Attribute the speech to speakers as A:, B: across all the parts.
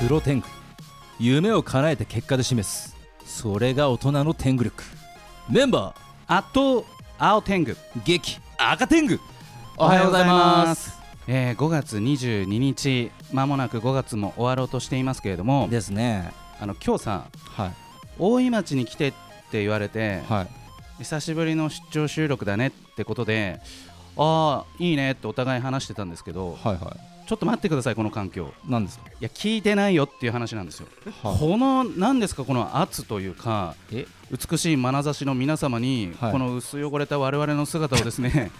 A: プロテング夢を叶えて結果で示すそれが大人の天狗力メンバ
B: あと青天狗
A: ー激赤天狗お
B: お
A: はようございます
B: えー、5月22日まもなく5月も終わろうとしていますけれども
A: ですね
B: あの今日さ
A: はい
B: 大井町に来てって言われて、
A: はい
B: 久しぶりの出張収録だねってことでああいいねってお互い話してたんですけど
A: はいは
B: ちょっと待ってくださいこの環境
A: いなんですか
B: いや聞いてないよっていう話なんですよこの何ですかこの圧というか
A: え
B: 美しい眼差しの皆様に、
A: はい
B: この薄汚れた我々の姿をで すね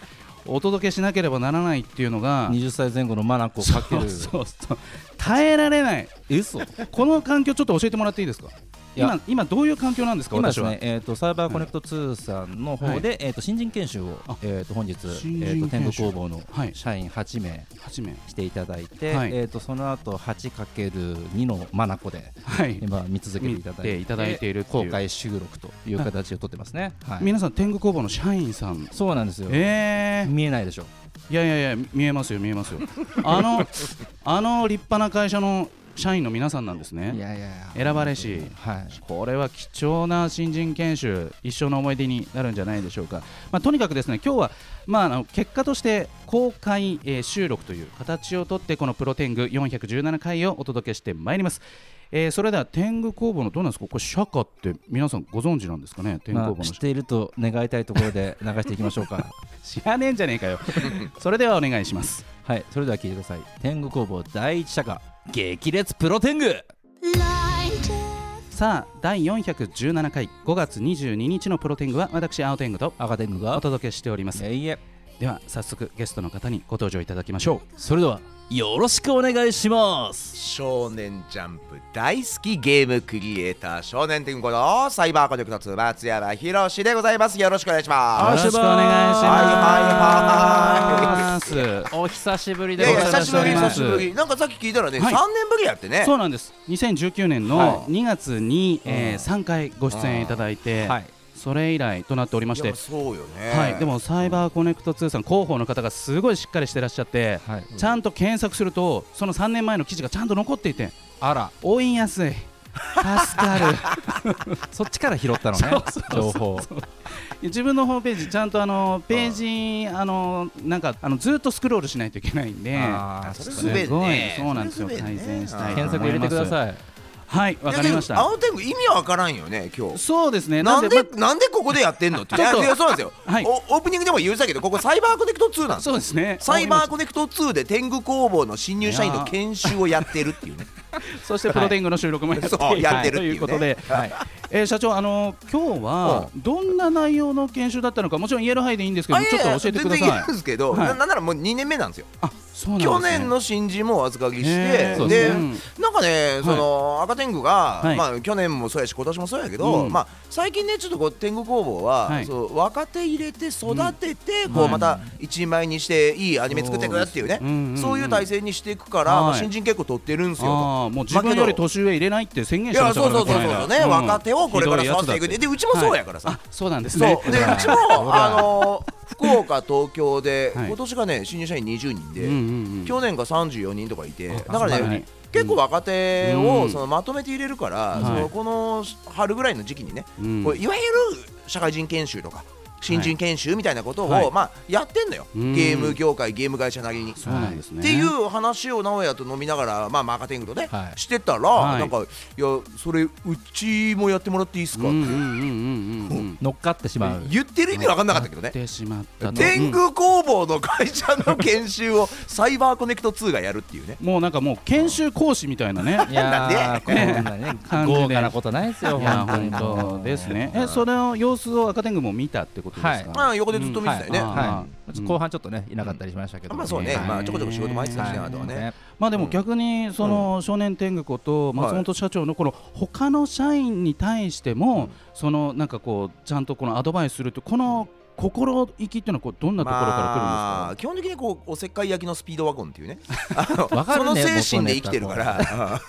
B: お届けしなければならないっていうのが
A: 20歳前後のマナコをかける
B: そうそう耐えられない
A: 嘘
B: この環境ちょっと教えてもらっていいですか
A: いや
B: 今今どういう環境なんですか
A: 今で
B: 私
A: す
B: は、
A: ね、えー、とサイバーコネクト2さんの方で、えー、と新人研修を
B: あ、
A: えー、と本日、え
B: 新人
A: ー、と天
B: 研
A: 狗
B: 修
A: 工房の
B: はい
A: 社員8名
B: 8名
A: していただいて、
B: はい
A: えー、とその後 8×2 のマナコで
B: はい
A: 今見続けていただいて
B: 見ていただいているっていう
A: 公開収録という形をとってますね、はい、
B: 皆さん天狗工房の社員さん
A: そうなんですよ
B: えー、
A: 見えないでしょ
B: いやいやいや見えますよ見えますよあのあの立派な会社の社員の皆さんなんですね
A: やいや
B: 選ばれし
A: はい
B: これは貴重な新人研修一生の思い出になるんじゃないでしょうか、まあ、とにかくですね今日は、まあ、あの結果として公開、えー収録という形をとってこのプロテング417回をお届けしてまいります、えーそれでは天狗工房のどうなんですかこれ釈迦って皆さんご存知なんですかね天狗
A: ま
B: 工
A: あ、
B: 房の
A: 知っ
B: 釈迦、
A: ていると願いたいところで流していきましょう か
B: 知らねえんじゃねえかよ それではお願いします
A: はいそれでは聞いてください天狗工房第一社歌激烈プロテング
B: さあ第417回5月22日のプロテングは私青天狗と
A: 赤天狗
B: お
A: が
B: 届けしております
A: いえいえ
B: では早速ゲストの方にご登場いただきましょう
A: それではよろしくお願いします
C: 少年ジャンプ大好きゲームクリエイター少年天狗のサイバーコネクト2松山宏でございますよろしくお願いし
A: よ
C: ま
A: ろ
C: す
A: しくお願いし
C: ま
B: はいはいはい
A: お久しぶり
C: いやいや
B: ご無
C: 久
B: 沙汰
C: し
B: してお
C: ぶ
B: り
C: り
B: ま
C: 久
B: す
C: しぶりなんかさっき聞いたらね、
B: はい
C: 3年ぶりやってね
B: そうなんです2019年
C: は
B: の
C: い
B: 2月に、え3回ご出演いただいて、
A: はい
B: それ以来となっておりまし
C: い
B: て
C: や、そうよね
B: はい、でもサイバーコネクト2さん広報の方がすごいしっかりしてらっしゃって、
A: はい
B: ちゃんと検索するとその3年前の記事がちゃんと残っていて
A: あら
B: 追いやすい助かる
A: そっちから拾ったのね情報
B: 自分のホームページちゃんとあのページあのなんかあのずっとスクロールしないといけないんで
A: あー
C: それ
A: ち
C: す
A: ょっと
C: べ
A: ね
C: て
B: すごい
C: ね
B: そうなんですよ
C: それ不便ね
B: 改善したい
A: 検索入れてください
B: はいわかりまし
C: いやでも
B: た
C: 青天狗意味わからんよね今日
B: そうですね
C: なんで
B: ま
C: なんでここでやってんのってい
B: ちょっ
C: や
B: と
C: いやそうなんですよ、
B: はい
C: おオープニングでも言うてたけどここサイバーコネクト2なんですよ
B: そうですね
C: サイバーコネクト2で天狗工房の新入社員の研修をやってるっていうね。
B: そしてプロテイングの収録もやっている、
C: そうやってる
B: と
C: っていうね
B: いうことで、
A: はい
B: えー社長、あの今日はどんな内容の研修だったのか、もちろん言える範囲でいいんですけど、
C: あ
B: ち
C: いやい
B: ょ
C: や
B: っと教えてくだ
C: 全然い
B: さ
C: い
B: い
C: ん。ですけど、
B: はい
C: ななんならもう2年目なんですよ。
B: あ、そうなんですね
C: 去年の新人もお預かりし
B: へ
C: て
A: ー、
C: で、
B: そうです
C: なんかね、その赤天狗が、
B: はい
C: まあ去年もそうやし今年もそうやけど、
B: うん
C: まあ最近ねちょっとこう天狗工房は、
B: はい
C: そう若手入れて育てて、
B: ん
C: こ
B: は
C: う
B: い
C: また一人前にしていいアニメ作っていくっていうね、
B: うんうんうん
C: そういう体制にしていくから、
B: はい
C: まあ新人結構取ってるんですよ。
B: あーもう自分より年上入れないって宣言
C: い
B: してま
C: や
B: した
C: そ
B: か
C: うそ
B: ら
C: うそうそうね、
B: この間
C: 若手をこれから育てていく
B: ひどやつだ
C: ででうちもそうやからさ、
B: はいあそうなんですね
C: そうでうちもあの福岡、東京で、
B: はい
C: 今年がね新入社員20人で、
B: うんうんうん
C: 去年が34人とかいてだか
B: そ
C: ら
B: うなんや
C: ね結構若手
B: う
C: を
B: ん
C: そのまとめて入れるから、
B: うん
C: そ
B: はい
C: のこの春ぐらいの時期にね、
B: うん
C: こういわゆる社会人研修とか新人研修みたいなことを、
B: はい
C: まあ、やってんのよ、
B: うん
C: ゲーム業界ゲーム会社なりに。
B: そうなんですね
C: っていう話を直哉と飲みながら、まあ、マーカティングとね、
A: はい
C: してたら、
B: はい
C: なんか「いやそれうちもやってもらっていいです
B: うん
C: か?」
B: う
C: っ
B: ん
C: て
B: うんうんうんうん
A: 乗っかってしまう
C: 言ってる意味分かんなかったけど
B: や
C: ね
B: っ。てしまったと
C: 天
B: うん
C: 狗工房の会社の研修をサイバーコネクト2がやるっていうね。
B: もうなんかもう研修講師みた いなね
A: いやーこんな ね
B: 感じで
A: 豪華なことないですよ
B: い
A: 本
B: や
A: 当に
B: 本当ですね。え、それの様子を赤天狗も見たってことですか。
C: まあ横でずっと見てたよね。
B: うんはい
A: は
B: うん
A: いちょっと後半ちょっとねいなかったりしましたけど
C: まあそうね、
A: はい
C: まあちょこちょこ仕事も入ってたしね、
B: はい
C: あとはね。
B: まあでも逆にその少年天狗こと松本社長のこの他の社員に対してもそのなんかこうちゃんとこのアドバイスするとこの心意気っていうのはこうどんなところ
C: ま
B: か
C: あ基本的にこうおせっかい焼きのスピードワゴンって いうね。
A: わか
C: そ
A: る
C: の
A: ね
C: 精神で生きてるから。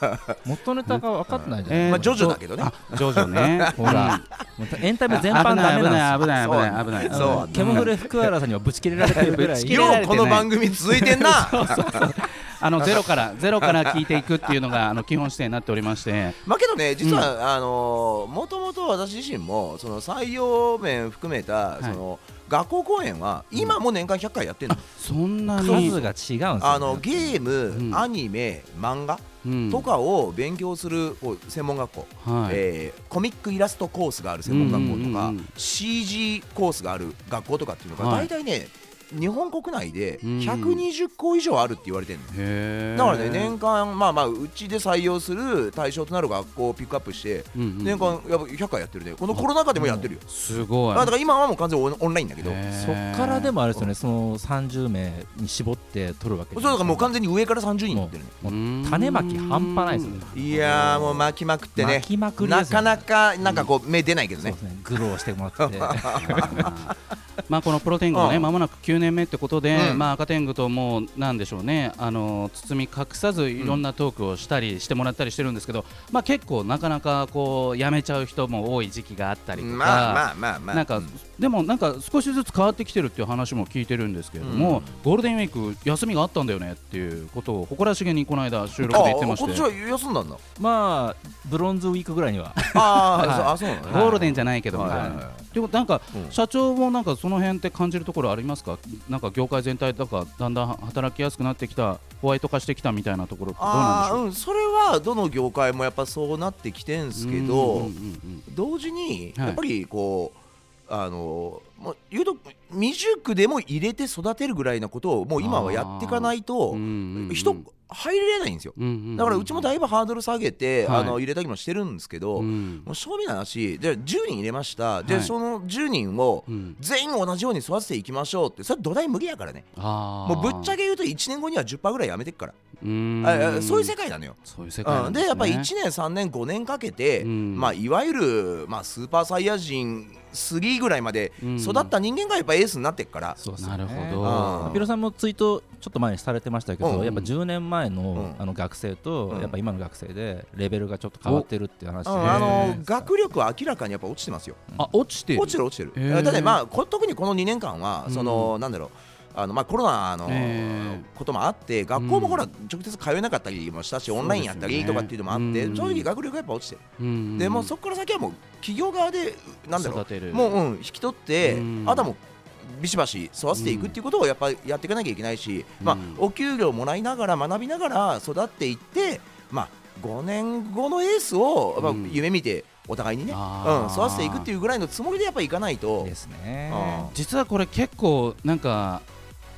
A: 元ネタが分かってないじゃん
B: えー
C: まあ
A: これ
C: ジョジョだけどね。
B: ら来るんですか。徐々ね。
A: ほ らもうエンタメ全般ダ
B: あ
A: メなんですよ
B: 危ない危ない危ない危ない危ない。
C: そう
A: ケモフレ福原さんにはぶち切れられてるぐらい
B: ぶち切れ
C: よ
B: られてないう
C: この番組続いてんな。
B: あのゼロからゼロから聞いていくっていうのがあの基本姿勢になっておりまして、
C: まあけどね実は、あのもともと私自身もその採用面含めた、
B: い
C: その学校公演は今も年間100回やってるの、
B: そんな
A: 数が違うん
B: に、
A: ですよ、ね、
C: あのゲーム、
B: うん
C: アニメ漫画
B: うん
C: とかを勉強するこう専門学校、
B: はい、
C: えーコミックイラストコースがある専門学校とか、
B: うんうんうんうん
C: CG コースがある学校とかっていうのが、
B: は
C: 大
B: い
C: 体ね日本国内で
B: うん
C: 120校以上あるって言われてるの、
B: へー
C: だからね年間まあまあうちで採用する対象となる学校をピックアップして、
B: うんうん
C: 年間やっぱ100回やってるねこのコロナ禍でもやってるよ、
B: すごい
C: あだから今はもう完全オンオンラインだけど、
B: へー
A: そっからでもあれですよね、その30名に絞って取るわけ
C: そう
A: じゃ
C: だ
A: な
C: か
A: いです
C: らもう完全に上から30人乗ってるね
A: もう種まき半端ないですよね。
C: いやーもう巻きまくってね
A: 巻きまくり
C: な
A: です
C: か
A: よね
C: なかなんかこう目出ないけど
A: そ
C: ね
A: うですね、グローしてもらって、
B: まあこのプロテングもね、
C: うん
B: まもなく9年目ってことで、
C: うん
B: まあ赤天狗ともうなんでしょうね、あの包み隠さずいろんなトークをしたりしてもらったりしてるんですけど、まあ結構なかなかこうやめちゃう人も多い時期があったりとか、
C: まあまあまあまあ
B: なんかでもなんか少しずつ変わってきてるっていう話も聞いてるんですけれども、
C: うん
B: ゴールデンウィーク休みがあったんだよねっていうことを誇らしげにこの間収録で
C: あ
B: 言ってまし
C: 今年
B: て。
C: は休んだんだ
A: まあ、ブロンズウィークぐら いには、
C: あーそうあそうなのね
B: ゴールデンじゃないけども、
C: はいはいはい
B: でもなんか、
C: うん
B: 社長もなんかその辺って感じるところありますかなんか業界全体だからだんだん働きやすくなってきたホワイト化してきたみたいなところってどうなんで
C: あ
B: し
C: あ
B: ょう
C: うんそれはどの業界もやっぱそうなってきてんすけ
B: うんう
C: ど
B: んうん
C: 同時に
B: はい
C: やっぱりこう、あのもう言うと未熟でも入れて育てるぐらいなことをもう今はやっていかないと
B: うんうんうん
C: 人入れないんですよ
B: うんうんん
C: だからうちもだいぶハードル下げて、
B: はい
C: あの入れたりもしてるんですけど、
B: うん
C: もう正味な話じゃあ10人入れました、
B: は
C: で
B: い
C: その10人を
B: うん
C: 全員同じように育てていきましょうってそれ土台無理やからね
B: あ
C: もうぶっちゃ
B: け
C: け言うと1年後には10%ぐらいやめてっから、ああ
B: あ
C: そういう世界なのよ。
B: そういう世界な
C: うんん、
B: で
C: で
B: すね
C: やっぱ1年3年5年かけて、
B: うん
C: まあ、いわゆる、まあ、スーパーサイヤ人3ぐらいまで
B: うん
C: 育った人間がやっぱエースになってっから、
A: そうです
B: な
A: よね
B: るほ
C: うん
B: ど
A: ピロさんもツイートちょっと前にされてましたけど、
C: うん
A: やっぱ10年前の,、
C: うん
A: あの学生と、
C: うん
A: やっぱ今の学生でレベルがちょっと変わってるっていう話
C: う
A: で、
C: んあの
A: うん
C: 学力は明らかにやっぱ落ちてますよ。
B: あ落ちてる
C: 落ちてる落ちてる、
B: へー
C: ただまあこ特にこの2年間は
B: うん
C: その、なんだろうあのまあコロナの
B: え
C: こともあって学校もほら直接通えなかったりもしたし、オンラインやったりとかっていうのもあって、
B: そうです
C: 正
B: よね
C: 直学力がやっぱ落ちてる、
B: うん
C: でもうそこから先はもう企業側でなんだろ
B: 育て
C: う
B: る
C: もう、うん、引き取って、
B: うん
C: あとはもうビシバシ育てていくっていうことをやっぱりやっていかなきゃいけないし、
B: うん
C: まあ、お給料もらいながら学びながら育っていって、まあ、5年後のエースを、まあ
B: うん、
C: 夢見てお互いにね、うん、
B: あー
C: 育てていくっていうぐらいのつもりでやっぱいかないと
A: で。すね
C: あ
B: 実はこれ結構なんか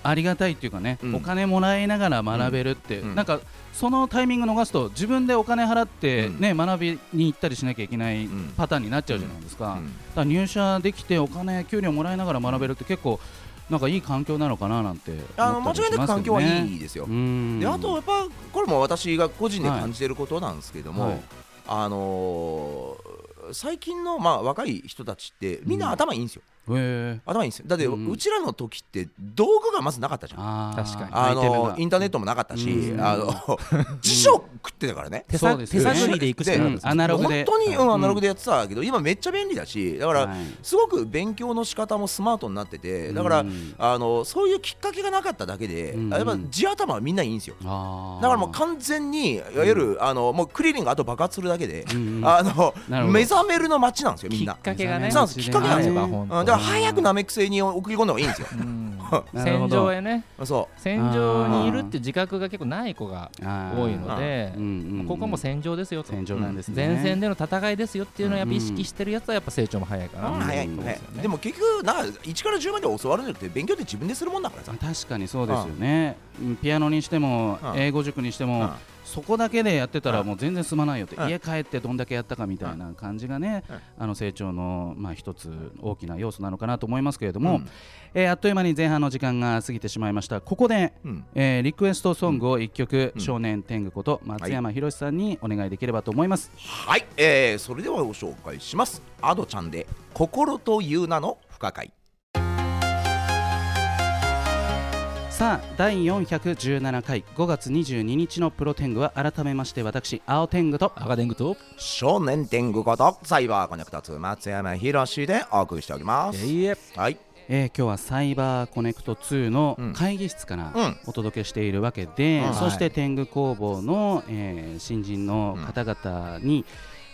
B: ありがたいっていうかね、
C: うん
B: お金もらいながら学べるって、
C: うん
B: なんかそのタイミング逃すと自分でお金払って、
C: うん
B: ね学びに行ったりしなきゃいけない
C: ん
B: パターンになっちゃうじゃないですか,、
C: う
B: だ
C: ん
B: から入社できてお金給料もらいながら学べるって結構なんかいい環境なのかななんて思った
C: あの間違いなく環境はい
B: い
C: いですよ。
B: で
C: であとやっぱこれも私が個人で感じてることなんですけども、
B: はい
C: あのー最近のまあ若い人たちってみんな頭いいんですよ、
B: へえ
C: 頭いいんですよだって
B: うん
C: うちらの時って道具がまずなかったじゃん。
B: あー
A: 確かに
C: あの
B: アイテム
C: ー
B: が
C: インターネットもなかったし、
B: うん
C: あの辞書食ってたからね、
A: 手
B: そう
A: さ
B: です
A: 手
B: よね
A: 探りでいくしかなかった
B: う
A: で
B: ん
A: す
B: アナログで
C: 本当に、うん、
B: うん
C: アナログでやってたけど、今めっちゃ便利だしだから、
B: はい
C: すごく勉強の仕方もスマートになっててだから、
B: うん
C: あのそういうきっかけがなかっただけで、
B: うん
C: やっぱ地頭はみんないいんですよ
B: あー
C: だからもう完全にいわゆる、あのもうクリリンがあと爆発するだけで、
B: うんうん
C: あの
B: なるほど
C: 目覚めるの街なんですよみんな、
A: きっかけがね
C: そうなんですきっかけなんですよ
A: あれば
C: うん、
A: 本当
C: だから早くなめくせに送り込んだ方がいいんですよ
A: うん
B: なるほ
D: 戦
B: ど
D: 場へね
C: そ
D: 戦場にいるっていう自覚が結構ない子が
B: あー
D: 多いので
B: う、んうんうん
D: ここはもう戦場ですよと
B: 戦場なんですね
D: 前線での戦いですよっていうのをやっぱ意識してるやつはやっぱ成長も早いか
C: う、うん
D: な
C: 早い、
D: と
C: 早
D: で
C: い
D: すよね
C: でも結局な1から10まで教わるんじゃなくて勉強って自分でするもんだからさ
B: あ確かにそうですよね、うんピアノにしても、
C: うん
B: 英語塾にしても、
C: うん
B: そこだけでやってたら
C: うん
B: もう全然進まないよって、
C: うん
B: 家帰ってどんだけやったかみたいな感じがね、
C: うん
B: あの成長の、まあ、一つ大きな要素なのかなと思いますけれど
C: う
B: も、
C: ん
B: えーあっという間に前半の時間が過ぎてしまいましたここで、
C: うん
B: えーリクエストソングを1曲、
C: うん
B: 少年天狗こと松山宏さんにお願いできればと思います、
C: はい、えー、それではご紹介しますアドちゃんで「心という名の不可解
B: さあ第417回5月22日のプロ天狗は改めまして私青天狗と
A: 赤デングと」
C: 少年天狗ことサイバーコネクタ2松山宏でお送りしております、
A: いえいえ
C: はい
B: えー今日はサイバーコネクト2の
C: うん
B: 会議室から
C: うん
B: お届けしているわけで、
C: うん
B: そし
D: は
B: て
D: い
B: 天狗工房の、えー新人の方々に、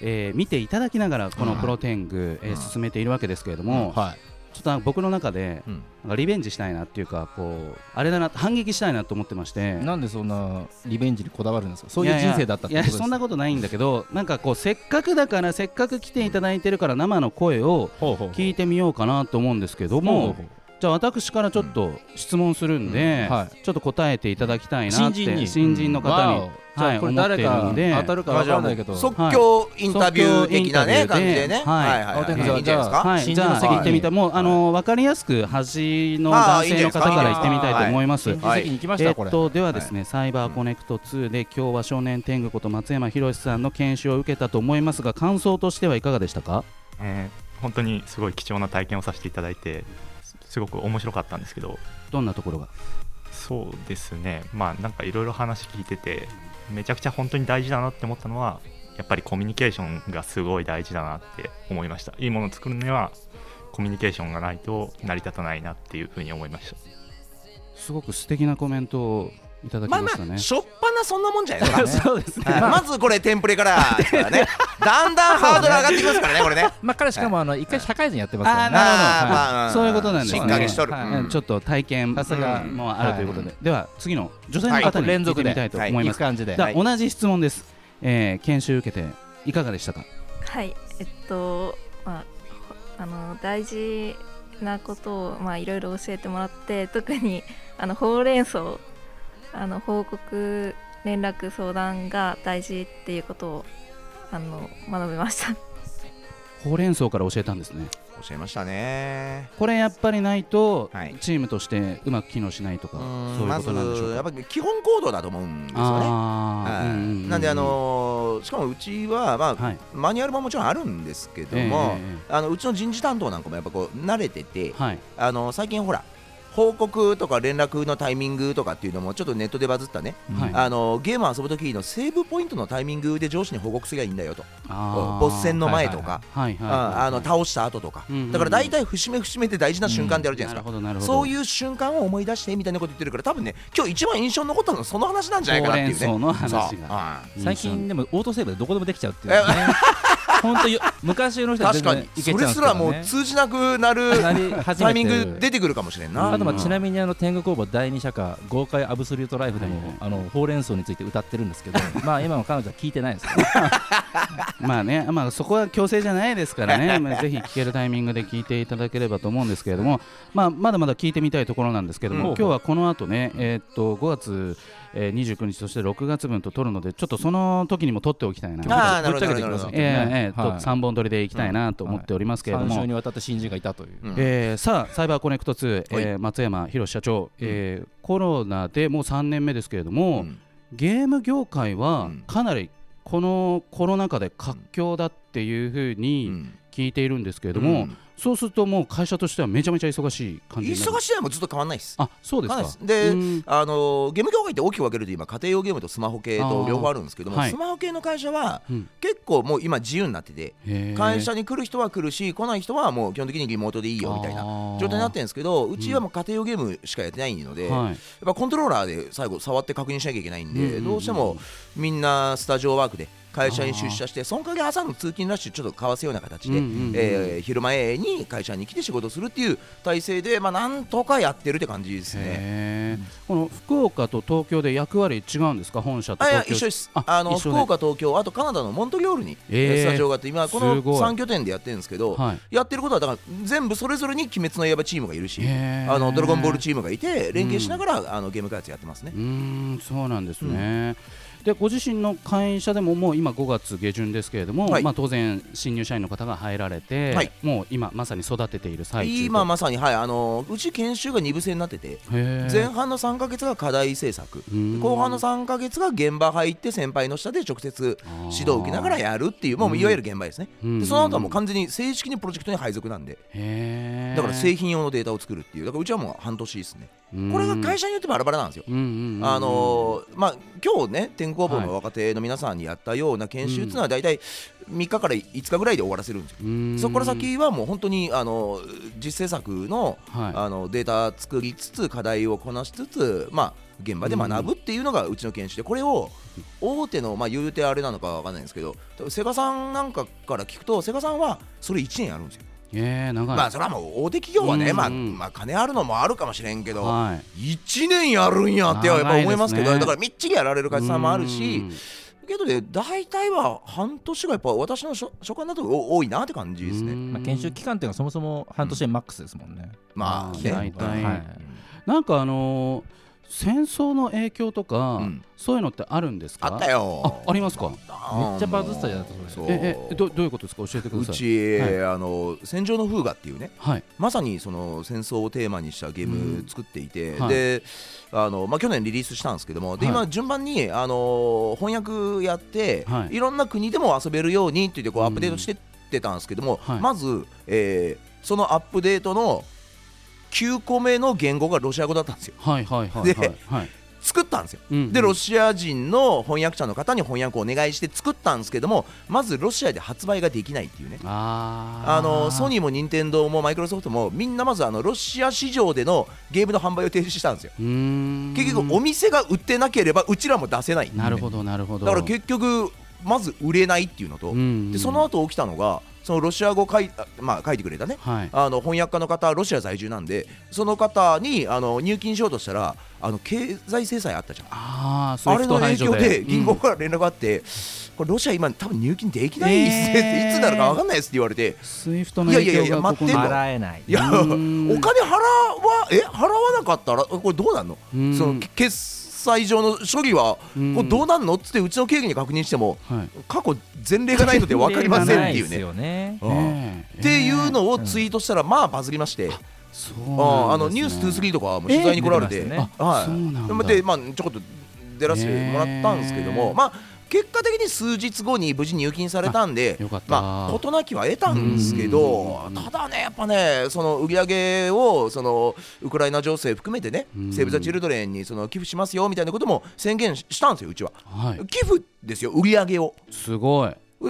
B: えー見ていただきながらこのプロ天狗、えー
C: うん
B: 進めているわけですけれども、
D: はい
B: ちょっとなんか僕の中で
C: うん
B: なんかリベンジしたいなっていうかこうあれだな反撃したいなと思ってまして
D: なんでそんなリベンジにこだわるんですかそういう人生だったってことです
B: いやいや
D: か
B: そんなことないんだけどなんかこうせっかくだからせっかく来ていただいてるから生の声を
D: ほうほうほう
B: 聞いてみようかなと思うんですけど
D: ほう
B: も
D: ほう
B: じゃあ私からちょっと質問するんで、
D: うんはい
B: ちょっと答えていただきたいなって
D: 新人に
B: 新人の方に、
D: わおじゃ
B: は
D: あ
B: い
D: これ誰
B: 思
D: か
B: ってるんで
D: 当たるかわからないけど
C: 即興インタビュー的なね
B: 即興
C: 感
B: インタビューで
C: じでね
B: はい
C: はいはいはい
D: じゃあ
C: いいんじゃないですか
B: はい、
D: 新
B: じ
D: 人の
B: ゃあ
D: 席
B: 行ってみたいもうあの分かりやすく端の男性の方から行ってみたいと思います。
D: 新人席に行きまし
B: え
D: たこ
B: っ
D: れ
B: とではですね、サイバーコネクト2で今日は少年天狗こと松山博さんの研修を受けたと思いますが感想としてはいかがでしたか
E: えー本当にすごい貴重な体験をさせていただいてすすごく面白かったんですけど
B: どんなところが
E: そうですねまあなんかいろいろ話聞いててめちゃくちゃ本当に大事だなって思ったのはやっぱりコミュニケーションがすごい大事だなって思いましたいいものを作るにはコミュニケーションがないと成り立たないなっていうふうに思いました
B: すごく素敵なコメントをいただき
C: まあ
B: ま
C: ま
B: したね、
C: あしょっぱなそんなもんじゃないですか
B: そうですね
C: はいまずこれテンプレからですからねだんだんハードル上がってきますからねこれね
D: まあ彼しかもあの一回社会人やってます
B: あ
D: か
B: ー
D: らね
B: なる
C: あ
B: ほど、
C: ーまあ
B: はいそういうことなんですね
C: 進化にしとる
B: はい
C: うん
B: うんちょっと体験
D: さすが
B: もあるということで、では次の女性の
D: は
B: 方
D: い
B: に
D: 連続で
B: 聞いてみたいと思い
D: い
B: ま
D: い
B: す、
D: 感じで
B: じゃあ
C: はい
B: 同じ質問です、えー研修受けていかがでしたか
F: はいえっと、まあ、あの大事なことをまあいろいろ教えてもらって特にあのほうれん草あの報告連絡相談が大事っていうことをあの学びました
B: ほうれん草から教えたんですね
C: 教えましたね
B: これやっぱりないと、
C: はい
B: チームとしてうまく機能しないとか
C: うん
B: そういう
C: ま
B: こ
C: ず
B: となんでしょう
C: やっ
B: か、
C: ぱり基本行動だと思うんですよね
B: あ
C: はい
B: ーううう
C: なんであのーしかもうちはまあ
B: はい
C: マニュアルももちろんあるんですけど
B: ええ
C: も
B: え
C: あのうちの人事担当なんかもやっぱこう慣れてて
B: えはい
C: あの最近ほら報告とか連絡のタイミングとかっていうのもちょっとネットでバズったね、
B: はい
C: あのゲーム遊ぶ時のセーブポイントのタイミングで上司に報告すればいいんだよと
B: あー
C: ボス戦の前とか
B: はいはい
C: うん
B: はい
C: あの倒した後とか
B: うんうんうん
C: だから大体節目節目って大事な瞬間であるじゃないですか、
B: なるほどなるほど
C: そういう瞬間を思い出してみたいなこと言ってるから多分ね今日一番印象に残ったのはその話なんじゃないかなっていうね
B: ほうれん草の話
C: そう
B: が
C: はい
B: うん
D: 最近でもオートセーブでどこでもできちゃうっていうね本当よ昔の人は
C: 確
D: 全
C: か
D: 然
C: に
D: いけちゃ
C: そ
D: うんで
C: れ
D: す
C: す
D: け
C: ら
D: ど
C: もう
D: ね
C: 通じなくなる
D: なり始
C: タ
D: めて
C: イミ
D: る
C: ング出てくるかもしれんな、
D: あとまあちなみにあの天狗工房第二社か豪快アブソリュートライフでも、
B: はいはい
D: あのほうれん草について歌ってるんです けどまあ今の彼女は聞いてないですからね
B: まあね、まあ、そこは強制じゃないですからね、 まあ、ぜひ聞けるタイミングで聞いていただければと思うんですけれども、まあ、まだまだ聞いてみたいところなんですけれども、
D: うん
B: 今日はこの後ね、えーっと5月、えー、29日、そして6月分と取るので、ちょっとその時にも取っておきたいな、
C: あー
D: ぶっちゃけていきますよ
B: えーえー
D: はい
B: と3本取りでいきたいなと思っておりますけれど
D: 三
B: も。
D: 週にわたって新人がいたという、
C: うん
B: えーさあサイバーコネクト2、えー
C: は
B: 松山宏社長、えーコロナでもう3年目ですけれども、
C: うん
B: ゲーム業界は
C: うん
B: かなりこのコロナ禍で活況だっていうふう
C: う
B: に
C: ん
B: 聞いているんですけれども、
C: うん
B: そうするともう会社としてはめちゃめちゃ忙しい感じになる
C: 忙しいのもずっと変わんないです
B: あそうです
C: 変わん
B: か
C: ないですで、
B: うん
C: あのーゲーム業界って大きく分けると今家庭用ゲームとスマホ系と両方あるんですけども、
B: あーはい
C: スマホ系の会社は
B: うん
C: 結構もう今自由になってて、
B: へー
C: 会社に来る人は来るし来ない人はもう基本的にリモートでいいよみたいな
B: あー
C: 状態になってるんですけどうちはもう家庭用ゲームしかやってないので、やっ
B: はい
C: ぱコントローラーで最後触って確認しなきゃいけないんで、
B: うんうんうん
C: どうしてもみんなスタジオワークで会社に出社してその代わり朝の通勤ラッシュちょっとかわすような形で、
B: うんうんうん
C: えー昼前に会社に来て仕事するっていう体制で、まあ、なんとかやってるって感じですね。
B: へーこの福岡と東京で役割違うんですか本社と
C: あいや
B: 東
C: 一緒
B: 京
C: です
B: あ
C: あの
B: 一緒
C: 福
B: で
C: 岡、東京、あとカナダのモントリオールに
B: えー
C: スタジオがあって、今、こ
B: す
C: の
B: ごい
C: 3拠点でやってるんですけど、
B: はい
C: やってることはだから全部それぞれに「鬼滅の刃」チームがいるし、
B: へー
C: あのドラゴンボールチームがいて連携しながら、あのゲーム開発やってますね
B: う。ーんそうなんですね、でご自身の会社でももう今5月下旬ですけれども、
C: はい
B: まあ、当然新入社員の方が入られて、
C: はい
B: もう今まさに育てている最中
C: 今まさに、はい、あのうち研修が2部制になってて、前
B: 前
C: 半の3ヶ月が課題制作
B: うん
C: 後半の3ヶ月が現場入って先輩の下で直接指導を受けながらやるっていうもういわゆる現場ですね、でその後はもう完全に正式にプロジェクトに配属なんで
B: へー
C: だから製品用のデータを作るっていうだからうちはもう半年ですね
B: うん
C: これが会社によってバラバラなんですよ
B: うんうんうんうん
C: あのーまあ今日ね天狗工房の若手の皆さんにやったような研修っていうのは大体3日から5日ぐらいで終わらせるんですよ。そこから先はもう本当にあの実製作の,、
B: はい
C: あのデータ作りつつ課題をこなしつつ、まあ、現場で学ぶっていうのがうちの研修でこれを大手の、まあ、言うてあれなのかわかんないんですけど多分セガさんなんかから聞くとセガさんはそれ1年やるんですよ。
B: えー、長い、
C: まあそれはもう大手企業はね、
B: うん
C: まあ、まあ金あるのもあるかもしれんけど、
B: はい、
C: 1年やるんやってやっぱ思いますけど
B: 長い
C: だ
B: ですね
C: からみっちりやられる会社さんもある
B: う
C: し
B: ん
C: けどね大体は半年がやっぱ私の所所感だとお多いなって感じですね。
B: うん
D: まあ、研修期間っていうのはそもそも半年でマックスですもんね。
C: まあ
B: うん
C: ね
B: 大体
D: はい
B: なんかあのー戦争の影響とか、
C: うん
B: そういうのってあるんですか
C: あったよ
B: あありますか
C: あー
D: めっちゃバズったじゃないですか
C: そう
B: ええどどういうことですか教えてく
C: う
B: ださい
C: ち、
B: はい
C: あの戦場の風雅っていうね
B: はい
C: まさにその戦争をテーマにしたゲーム作っていて、
B: うんはい
C: であの、まあ、去年リリースしたんですけども、で
B: はい
C: 今順番にあの翻訳やって、
B: はい
C: い、ろんな国でも遊べるようにって言ってこう
B: うん
C: アップデートしてってたんですけども、
B: はい
C: まず、えーそのアップデートの9個目の言語がロシア語だったんですよ
B: はいはいはいはい
C: で
B: はい
C: 作ったんですよ
B: うん
C: でロシア人の翻訳者の方に翻訳をお願いして作ったんですけどもまずロシアで発売ができないっていうね
B: あー
C: あのソニーも任天堂もマイクロソフトもみんなまずあのロシア市場でのゲームの販売を停止したんですよ
B: うーん
C: 結局お店が売ってなければうちらも出せない
B: なるほどなるほど
C: だから結局まず売れないっていうのと、
B: うん
C: でその後起きたのがそのロシア語書い,あ、まあ、書いてくれたね
B: はい
C: あの翻訳家の方ロシア在住なんでその方にあの入金しようとしたらあの経済制裁あったじゃん
B: ああそ
C: あ
B: うい
C: れ
B: う
C: の
B: 人
C: 影
B: 排除
C: 響
B: で
C: で銀行
B: うん
C: から連絡があって、これロシア今多分入金できないですって、
B: えー
C: いつになるか分かんないですって言われて
B: スイフトの
C: いやい
B: 影
C: やいや
B: 響がここに
C: で待もってんの
D: 払えない。
C: いや、お
B: う
C: 金
B: ん
C: 払わ、え、払わなかったら、これどうなんの。
B: うん
C: そのけ決済上の処理は、
B: うん
C: これどうなんのっつって、うちの経理に確認しても。
B: はい
C: 過去前例がないので、わかりませんっていう
D: です
C: ね。
D: よね。
C: うん
B: ねえ
C: っていうのをツイートしたら、まあ、バズりまして。
B: そう
C: ああ
B: な
C: の
B: んで
C: ニュー
B: す
C: ス
B: ね
C: 2 3とかも取材に来られ
D: え
C: て、
D: ー出てまし
B: あ
C: は
B: そうなんだ
C: い、で、まあ、ちょこっと出らせてもらったんですけども、
B: ねー
C: まあ、結果的に数日後に無事入金されたんで
B: あよかっ、た
C: まあ、事なきは得たんですけど
B: うん、
C: ただね、やっぱね、その売り上げをそのウクライナ情勢含めてね
B: うん、
C: セーブ・ザ・チルドレンにその寄付しますよみたいなことも宣言したんですよ、うちは。
B: はい
C: 寄付ですよ、売り上げを。
B: すごいう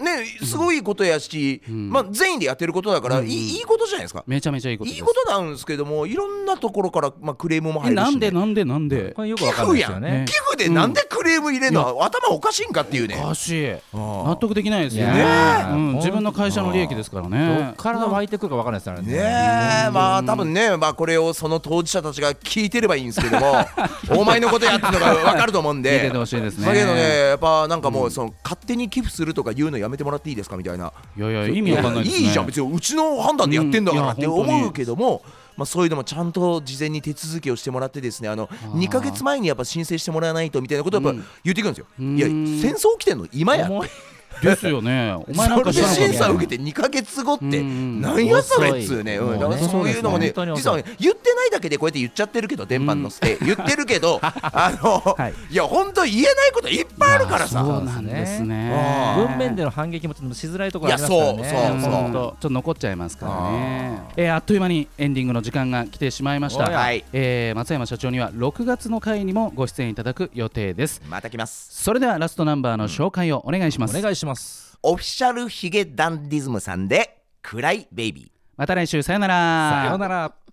C: ね、すごいことやし、
B: うん
C: まあ、全員でやってることだから、い
B: うん
C: いいいことじゃないですか。
B: めちゃめちゃいいことで
C: い
B: す
C: いことなんですけどもいろんなところから、まあ、クレームも入
B: え
C: るし、ね、
B: なんでなんでなんで
D: これよくわかんないですよね
B: 寄。
C: 寄付でなんでクレーム入れるの、頭おかしいんかっていうね
B: おかしい納
C: あ
B: 得できないですよ
D: い
B: ね
D: やー
B: うん
D: 本当
B: 自分の会社の利益ですから
D: ど
B: ね
D: っから湧いてくるかわかんないですから
C: あ
D: ね。
C: ねえまあ多分ね、まあ、これをその当事者たちが聞いてればいいんですけど もお前のことやってるのが分かると思うん
B: 見て
C: で
B: て。ほしいですね
C: だけどねやっぱなんかもうその勝手に寄付するとか言うのやめてもらっていいですかみたいない
B: やいや意味わかんないですね
C: いじゃん別にうちの判断でやってんだからって
B: うんいや本当に
C: 思うけども、まあ、そういうのもちゃんと事前に手続きをしてもらってですねあの
B: ー
C: 2か月前にやっぱ申請してもらわないとみたいなことをやっぱ言ってくるんですよ、
B: うん
C: いや戦争起きてんの今や
D: 重い
B: ですよねお前なんか
C: それで審査を受
B: て
C: けて2か月後って
B: うん
C: なんやそれっつうね、
D: 遅い
C: うんだ
D: も
C: から
D: うね
C: そういうのもね
D: そうですね
C: 実はね言ってないだけでこうやって言っちゃってるけど電波のステ言ってるけ どあの、
D: はい
C: い、や本当言えないこといっぱいあるからさ
B: そうなんですね
C: あー
D: 文面での反撃もちょっとしづらいとこ
C: い
D: ろありま
C: や
D: すから
C: そう
D: ね。
C: そうそう、
B: ちょっと残っちゃいますからねえーあっという間にエンディングの時間が来てしまいました、
C: おやはい
B: えー松山社長には6月の回にもご出演いただく予定です
C: また来ます
B: それではラストナンバーの紹介をお願いします、
D: お願いします。
C: オフィシャルヒゲダンディズムさんで暗いベイビー
B: また来週さよなら
D: さようなら。